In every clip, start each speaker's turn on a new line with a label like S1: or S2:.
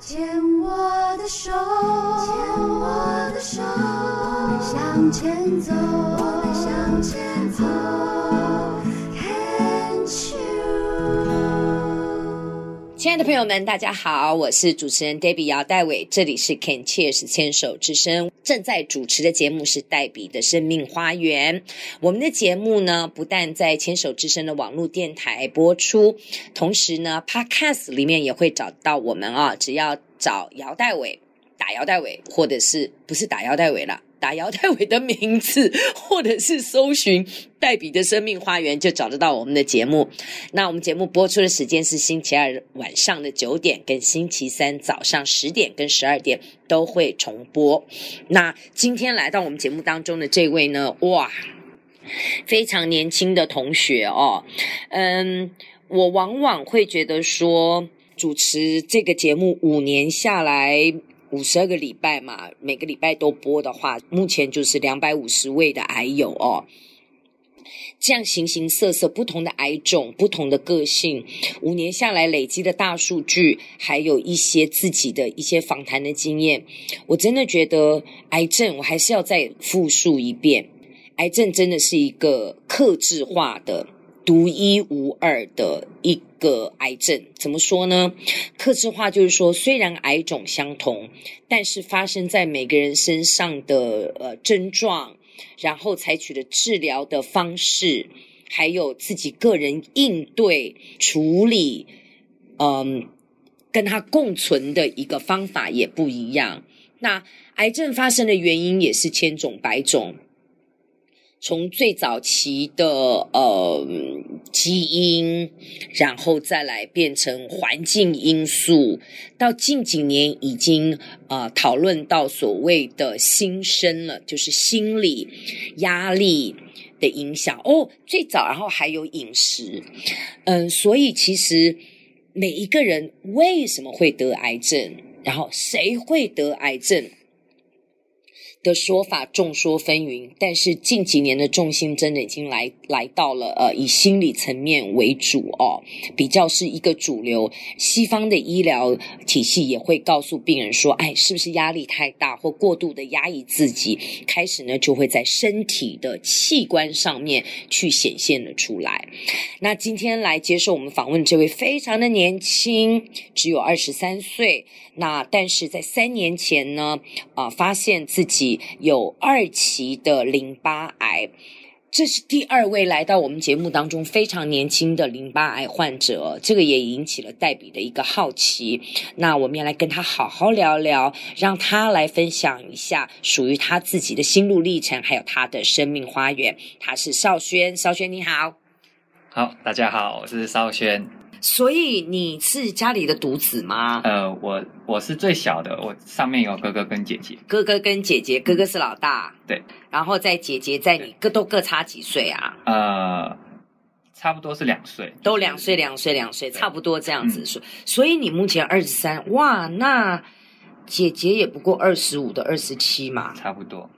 S1: 牵我的手，牵我的手，我们向前走，我们向前走。Can't you？
S2: 亲爱的朋友们，大家好，我是主持人 Debbie 姚戴伟，这里是 Can Cheers 牵手之声，正在主持的节目是黛比的生命花园。我们的节目呢，不但在牵手之声的网络电台播出，同时呢，Podcast 里面也会找到我们啊，只要找姚戴伟。打姚戴伟，或者是不是打姚戴伟啦，打姚戴伟的名字，或者是搜寻“黛比的生命花园”，就找得到我们的节目。那我们节目播出的时间是星期二晚上的九点，跟星期三早上十点跟十二点都会重播。那今天来到我们节目当中的这位呢，哇，非常年轻的同学哦，嗯，我往往会觉得说，主持这个节目五年下来。五十二个礼拜嘛，每个礼拜都播的话，目前就是两百五十位的癌友哦。这样形形色色不同的癌种、不同的个性，五年下来累积的大数据，还有一些自己的一些访谈的经验，我真的觉得癌症，我还是要再复述一遍，癌症真的是一个克制化的、独一无二的一个癌症。怎么说呢？克制化就是说，虽然癌种相同，但是发生在每个人身上的呃症状，然后采取的治疗的方式，还有自己个人应对处理，嗯，跟它共存的一个方法也不一样。那癌症发生的原因也是千种百种，从最早期的呃基因，然后再来变成环境因素，到近几年已经呃讨论到所谓的心身了，就是心理压力的影响。哦，最早然后还有饮食，嗯，所以其实每一个人为什么会得癌症，然后谁会得癌症？的说法众说纷纭，但是近几年的重心真的已经来来到了呃以心理层面为主哦，比较是一个主流。西方的医疗体系也会告诉病人说，哎，是不是压力太大或过度的压抑自己，开始呢就会在身体的器官上面去显现了出来。那今天来接受我们访问这位非常的年轻，只有二十三岁，那但是在三年前呢，啊、发现自己有二期的淋巴癌。这是第二位来到我们节目当中非常年轻的淋巴癌患者哦，这个也引起了黛比的一个好奇。那我们要来跟他好好聊聊，让他来分享一下属于他自己的心路历程，还有他的生命花园。他是邵轩，邵轩你好。
S3: 好，大家好，我是邵轩。
S2: 所以你是家里的独子吗？
S3: 呃，我我是最小的，我上面有哥哥跟姐姐。
S2: 哥哥跟姐姐，哥哥是老大，
S3: 对，
S2: 然后在姐姐在你各都各差几岁啊？
S3: 呃，差不多是两岁，
S2: 都两岁，两岁，两岁，
S3: 对
S2: 差不多这样子。所、所以你目前二十三，哇，那姐姐也不过二十五的二十七嘛。
S3: 差不多。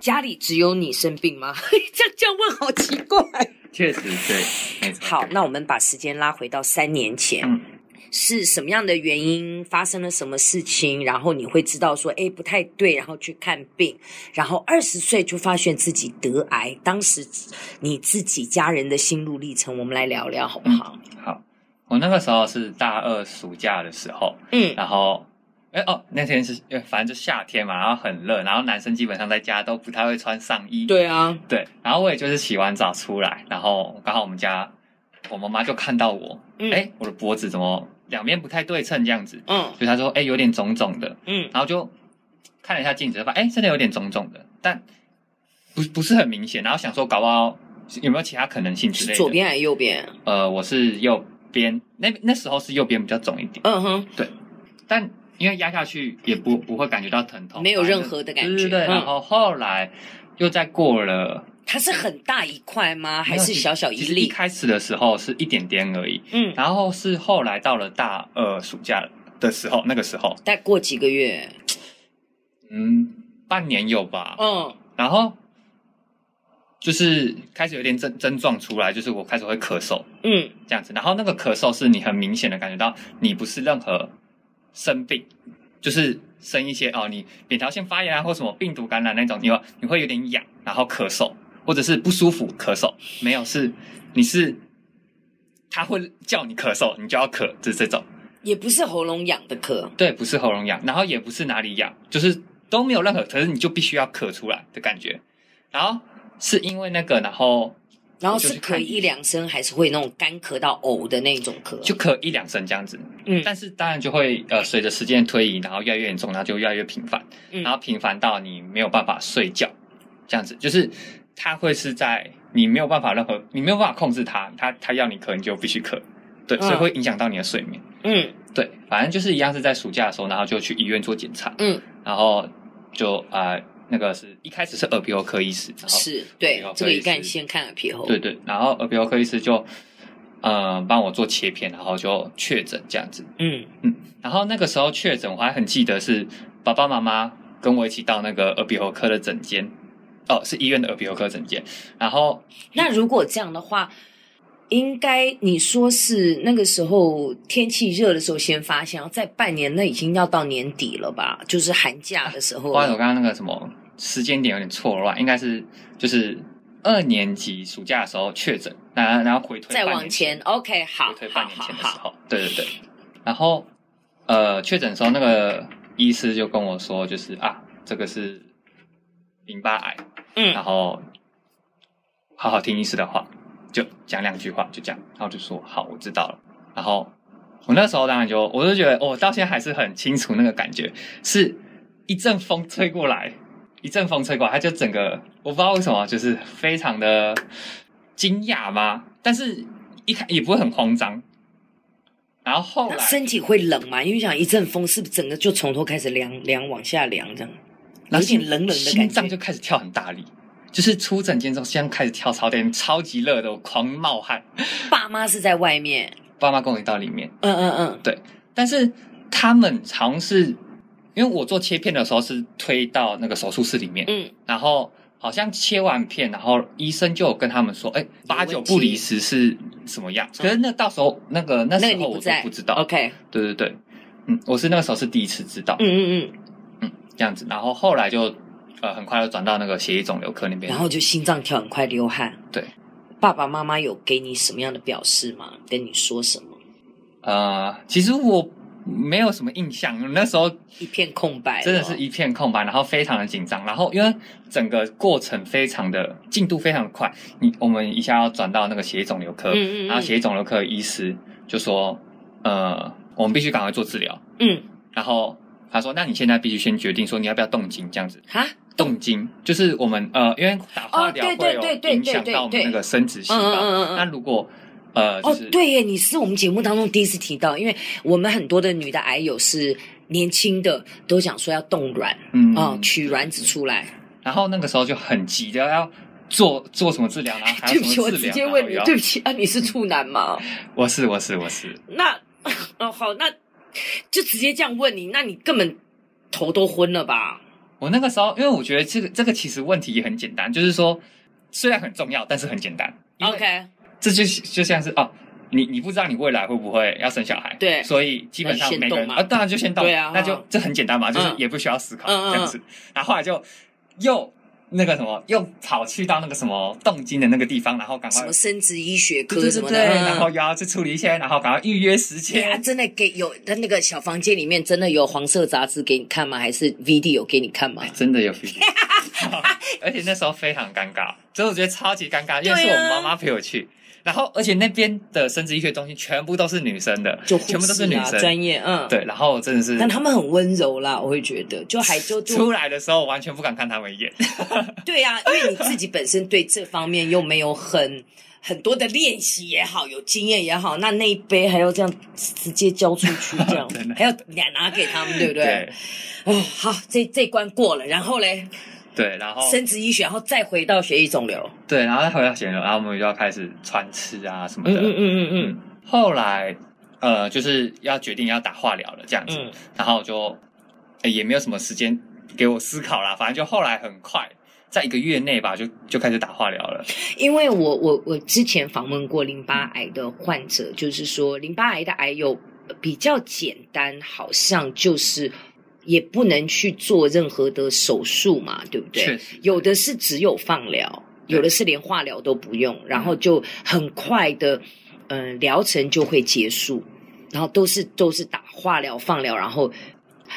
S2: 家里只有你生病吗？ 这样这样问好奇怪。
S3: 确实对，没错。
S2: 好，那我们把时间拉回到三年前，
S3: 嗯
S2: 是什么样的原因发生了什么事情？然后你会知道说，哎，不太对，然后去看病，然后二十岁就发现自己得癌。当时你自己家人的心路历程，我们来聊聊好不好？
S3: 好，我那个时候是大二暑假的时候，
S2: 嗯
S3: 然后。哎哦，那天是，呃反正就夏天嘛，然后很热，然后男生基本上在家都不太会穿上衣，
S2: 对啊，
S3: 对，然后我也就是洗完澡出来，然后刚好我们家我妈妈就看到我，
S2: 嗯
S3: 哎、我的脖子怎么两边不太对称这样子，
S2: 嗯
S3: 所以她说哎、有点肿肿的，
S2: 嗯
S3: 然后就看了一下镜子，就发现哎、真的有点肿肿的，但不不是很明显，然后想说搞不好有没有其他可能性之类
S2: 是
S3: 的，
S2: 左边还是右边？
S3: 呃我是右边，那那时候是右边比较肿一点，
S2: 嗯哼，
S3: 但因为压下去也不不会感觉到疼痛，
S2: 没有
S3: 反正
S2: 任何的感觉
S3: 对对对，
S2: 嗯
S3: 然后后来又再过了。
S2: 它是很大一块吗？还
S3: 没有
S2: 是
S3: 其
S2: 小小
S3: 其
S2: 一
S3: 实一
S2: 粒？
S3: 开啊始的时候是一点点而已，
S2: 嗯，
S3: 然后是后来到了大二暑假的时候，那个时候，
S2: 再过几个月，
S3: 嗯，半年有吧，
S2: 嗯
S3: 然后就是开始有点症症状出来，就是我开始会咳嗽
S2: 嗯
S3: 这样子，然后那个咳嗽是你很明显的感觉到你不是任何生病，就是生一些哦，你扁桃腺发炎啊，或什么病毒感染那种，你有你会有点痒，然后咳嗽，或者是不舒服咳嗽，没有是你是他会叫你咳嗽，你就要咳，就是这种。
S2: 也不是喉咙痒的咳，
S3: 对，不是喉咙痒，然后也不是哪里痒，就是都没有任何，可是你就必须要咳出来的感觉。然后是因为那个，然后
S2: 然后
S3: 就是去
S2: 咳
S3: 看医
S2: 一
S3: 生
S2: 两声，还是会那种干咳到呕的那种咳。
S3: 就咳一两声这样子，
S2: 嗯
S3: 但是当然就会呃随着时间推移，然后越来越严重，然后就越来越频繁，
S2: 嗯
S3: 然后频繁到你没有办法睡觉，这样子就是它会是在你没有办法任何你没有办法控制它，它它要你咳你就必须咳，对，
S2: 嗯
S3: 所以会影响到你的睡眠。
S2: 嗯
S3: 对，反正就是一样是在暑假的时候，然后就去医院做检查，
S2: 嗯，
S3: 然后就啊、呃那个是一开始是耳鼻喉科医师，然后
S2: 是哦对
S3: 然后
S2: 这个
S3: 可以
S2: 一看
S3: 是
S2: 先看耳皮喉。
S3: 对对，然后耳鼻喉科医师就呃帮我做切片，然后就确诊这样子。
S2: 嗯
S3: 然后那个时候确诊，我还很记得是爸爸妈妈跟我一起到那个耳鼻喉科的诊间，哦，是医院的耳鼻喉科诊间。然后
S2: 那如果这样的话，应该你说是那个时候天气热的时候先发现，然后在半年那已经要到年底了吧？就是寒假的时候
S3: 不好意思，我刚刚那个什么时间点有点错乱，应该是就是二年级暑假的时候确诊，然然后回推
S2: 再
S3: 半
S2: 往
S3: 年
S2: 前，OK，好哦
S3: 回推，
S2: 好
S3: 半年
S2: 好
S3: 前的时
S2: 好，
S3: 候，对对对。然后呃，确诊的时候那个医师就跟我说，就是啊，这个是淋巴癌，然
S2: 嗯
S3: 后好好听医师的话，就讲两句话，就这样，然后就说好，我知道了。然后我那时候当然就，我就觉得我到现在还是很清楚那个感觉，是一阵风吹过来，一阵风吹过来，它就整个我不知道为什么，就是非常的惊讶嘛，但是一看也不会很慌张。然后后
S2: 那
S3: 来
S2: 身体会冷吗？因为想一阵风，是不是整个就从头开始凉凉往下凉这样？
S3: 然
S2: 有
S3: 后
S2: 点
S3: 心
S2: 冷冷的
S3: 心
S2: 感
S3: 脏
S2: 觉
S3: 就。开始跳很大力，就是出诊间之后，心脏开始跳超点，超级热的，我狂冒汗。
S2: 爸妈是在外面，
S3: 爸妈跟我一到里面，
S2: 嗯嗯嗯，
S3: 但是他们尝试，因为我做切片的时候是推到那个手术室里面，
S2: 嗯，
S3: 然后好像切完片，然后医生就有跟他们说，哎，八九不离十是什么样？可是那到时候那个那
S2: 嗯那
S3: 时
S2: 个你
S3: 候我
S2: 不
S3: 都
S2: 在，
S3: 不知道，
S2: OK，
S3: 对对对，嗯，我是那个时候是第一次知道、
S2: 嗯嗯嗯，
S3: 这样子，然后后来就呃很快就转到那个血液肿瘤科那边
S2: 然，后就心脏跳很快，流汗。
S3: 嗯对，
S2: 爸爸妈妈有给你什么样的表示吗？跟你说什么？
S3: 呃，其实我没有什么印象，那时候
S2: 一片空白哦了，
S3: 真的是一片空白，然后非常的紧张，然后因为整个过程非常的进度非常的快，你我们一下要转到那个血液肿瘤科，
S2: 嗯嗯嗯
S3: 然后血液肿瘤科的医师就说，呃，我们必须赶快做治疗，
S2: 嗯
S3: 然后他说，那你现在必须先决定说你要不要动筋这样子。
S2: 哈，
S3: 动筋就是我们呃，因为打化疗
S2: 哦对
S3: 会
S2: 对对
S3: 有
S2: 对
S3: 影响
S2: 对
S3: 到我们
S2: 对
S3: 那个生殖细
S2: 嗯嗯嗯
S3: 胞。
S2: 嗯
S3: 那如果呃，就
S2: 哦
S3: 是，
S2: 对耶，你是我们节目当中第一次提到，因为我们很多的女的癌友是年轻的，都想说要冻卵
S3: 嗯
S2: 啊、取卵子出来。
S3: 然后那个时候就很急的要做做什么治疗，然后还
S2: 对
S3: 有
S2: 不
S3: 什
S2: 起，我
S3: 么治
S2: 直
S3: 疗，
S2: 接
S3: 然后
S2: 问你
S3: 也，要
S2: 对不起啊，你是处男吗？
S3: 我是我是我是，
S2: 那哦好，那就直接这样问你，那你根本头都昏了吧？
S3: 我那个时候因为我觉得这个这个其实问题也很简单，就是说虽然很重要，但是很简单。因为
S2: OK，
S3: 这就就像是哦，你你不知道你未来会不会要生小孩，
S2: 对
S3: 所以基本上
S2: 那你先
S3: 每个人
S2: 动嘛
S3: 啊、当然就先动，
S2: 对啊
S3: 那就
S2: 嗯
S3: 这很简单嘛，就是
S2: 嗯
S3: 也不需要思考、
S2: 嗯嗯嗯
S3: 这样子。然后后来就又那个什么，又跑去到那个什么动经的那个地方，然后赶快
S2: 什么生殖医学
S3: 对
S2: 科
S3: 对
S2: 什
S3: 对
S2: 么
S3: 对，
S2: 的，嗯
S3: 然后又要去处理一些，然后赶快预约时
S2: 对啊，
S3: 间，
S2: 真的给有他那个小房间里面真的有黄色杂志给你看吗？还是 video 给你看吗？
S3: 真的有 feel。而且那时候非常尴尬，所以我觉得超级尴尬，因为是
S2: 对
S3: 我
S2: 啊
S3: 妈妈陪我去，然后而且那边的生殖医学中心全部都是女生的，
S2: 就护士
S3: 全部都是女
S2: 啊
S3: 生，
S2: 专业，嗯，。
S3: 对，然后真的是
S2: 但他们很温柔啦，我会觉得，就还就就
S3: 出来的时候完全不敢看他们一眼，
S2: 对啊，因为你自己本身对这方面又没有很很多的练习也好，有经验也好，那那一杯还要这样直接交出去，这样
S3: 真的
S2: 还要拿拿给他们，对不对？
S3: 对
S2: 哦，好，这这关过了，然后嘞，
S3: 对，然后
S2: 生殖医学，然后再回到血液肿瘤，
S3: 对，然后再回到闲聊，然后我们就要开始穿刺啊什么
S2: 嗯
S3: 的。
S2: 嗯嗯嗯
S3: 后来呃，就是要决定要打化疗了这样
S2: 嗯
S3: 子，
S2: 嗯，
S3: 然后就、呃也没有什么时间给我思考啦，反正就后来很快，在一个月内吧，就就开始打化疗了。
S2: 因为我我我之前访问过淋巴癌的患者，就是说淋巴癌的癌友比较简单，好像就是也不能去做任何的手术嘛，对不对
S3: 确？实
S2: 有的是只有放疗，
S3: 对嗯
S2: 有的是连化疗都不用，然后就很快的，嗯、疗程就会结束，然后都是都是打化疗、放疗，然后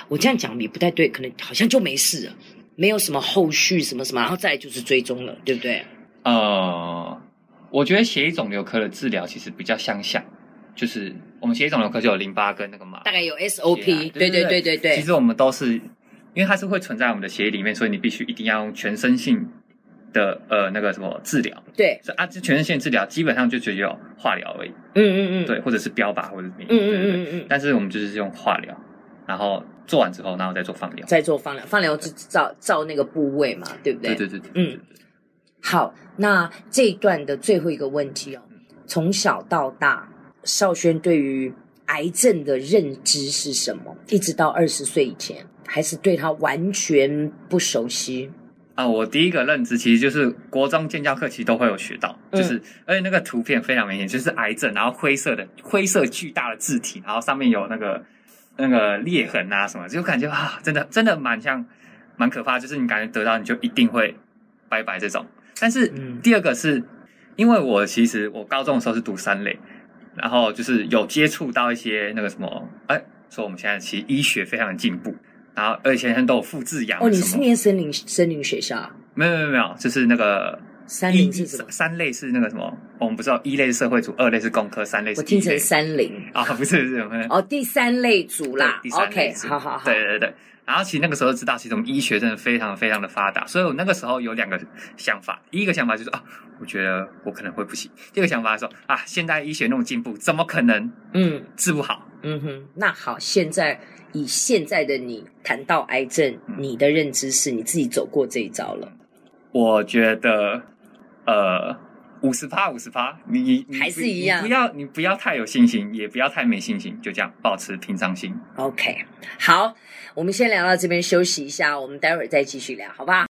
S2: 我这样讲也不太对，可能好像就没事了。没有什么后续什么什么，然后再来就是追踪了，对不对？
S3: 呃，我觉得血液肿瘤科的治疗其实比较相像，就是我们血液肿瘤科就有淋巴跟那个嘛
S2: 大，概有 SOP，
S3: 啊
S2: 对对
S3: 对对对
S2: 对对对，
S3: 其实我们都是，因为它是会存在我们的血液里面，所以你必须一定要用全身性的呃那个什么治疗。
S2: 对，
S3: 是啊，这全身性治疗基本上就只有化疗而已，
S2: 嗯嗯嗯，
S3: 对，或者是标靶或者是免疫，
S2: 嗯
S3: 对对对。
S2: 嗯嗯嗯嗯，
S3: 但是我们就是用化疗，然后做完之后，然后再做放疗。
S2: 在做放疗，放疗就照照那个部位嘛，对不对？
S3: 对对对对，对
S2: 嗯。好，那这一段的最后一个问题哦，从小到大，少轩对于癌症的认知是什么？一直到二十岁以前，还是对他完全不熟悉？
S3: 啊，我第一个认知其实就是国中建教课其实都会有学到，
S2: 嗯
S3: 就是而且那个图片非常明显，就是癌症，然后灰色的灰色巨大的字体，然后上面有那个那个裂痕啊什么，就感觉啊，真的真的蛮像蛮可怕，就是你感觉得到你就一定会拜拜这种。但是
S2: 嗯
S3: 第二个是因为我其实我高中的时候是读三类，然后就是有接触到一些那个什么，哎，说我们现在其实医学非常的进步。然后，而且现在都有复制羊什
S2: 哦，
S3: 么。
S2: 你是念森林森林学校啊？
S3: 没有没有没有，就是那个
S2: 三
S3: 一
S2: 林是什么？
S3: 三类是那个什么？我们不知道，一类是社会组，二类是工科，三类是
S2: 我听
S3: 地
S2: 成
S3: 类
S2: 三林
S3: 啊，不是不是我们
S2: 哦，第三类组啦
S3: 对第。三类
S2: OK，
S3: 是
S2: 好好好
S3: 对，对对。然后其实那个时候知道，其实我们医学真的非常非常的发达，所以我那个时候有两个想法，第一个想法就是啊，我觉得我可能会不行；第二个想法是说啊，现代医学那么进步，怎么可能
S2: 嗯。
S3: 治不好？
S2: 嗯哼，那好，现在以现在的你谈到癌症，
S3: 嗯
S2: 你的认知是你自己走过这一招了，
S3: 我觉得，呃，五十趴五十趴，你你
S2: 还是一样
S3: 你不要你不要太有信心，也不要太没信心，就这样保持平常心。
S2: OK，好，我们先聊到这边休息一下，我们待会儿再继续聊，好不好？